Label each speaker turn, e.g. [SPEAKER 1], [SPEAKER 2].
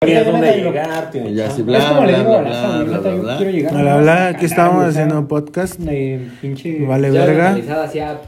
[SPEAKER 1] Tienes dónde llegar, tienes
[SPEAKER 2] Y así,
[SPEAKER 1] chamba.
[SPEAKER 2] bla,
[SPEAKER 3] es como le
[SPEAKER 2] bla,
[SPEAKER 3] digo
[SPEAKER 2] bla,
[SPEAKER 3] a la Sam,
[SPEAKER 2] bla,
[SPEAKER 3] neta,
[SPEAKER 2] bla,
[SPEAKER 3] yo
[SPEAKER 2] bla.
[SPEAKER 3] quiero llegar.
[SPEAKER 4] Bla, bla, bla, aquí
[SPEAKER 3] Canal,
[SPEAKER 4] estamos
[SPEAKER 3] güey,
[SPEAKER 4] haciendo podcast.
[SPEAKER 3] eh, pinche-
[SPEAKER 4] Vale,
[SPEAKER 5] Ya
[SPEAKER 4] verga.
[SPEAKER 5] localizado hacia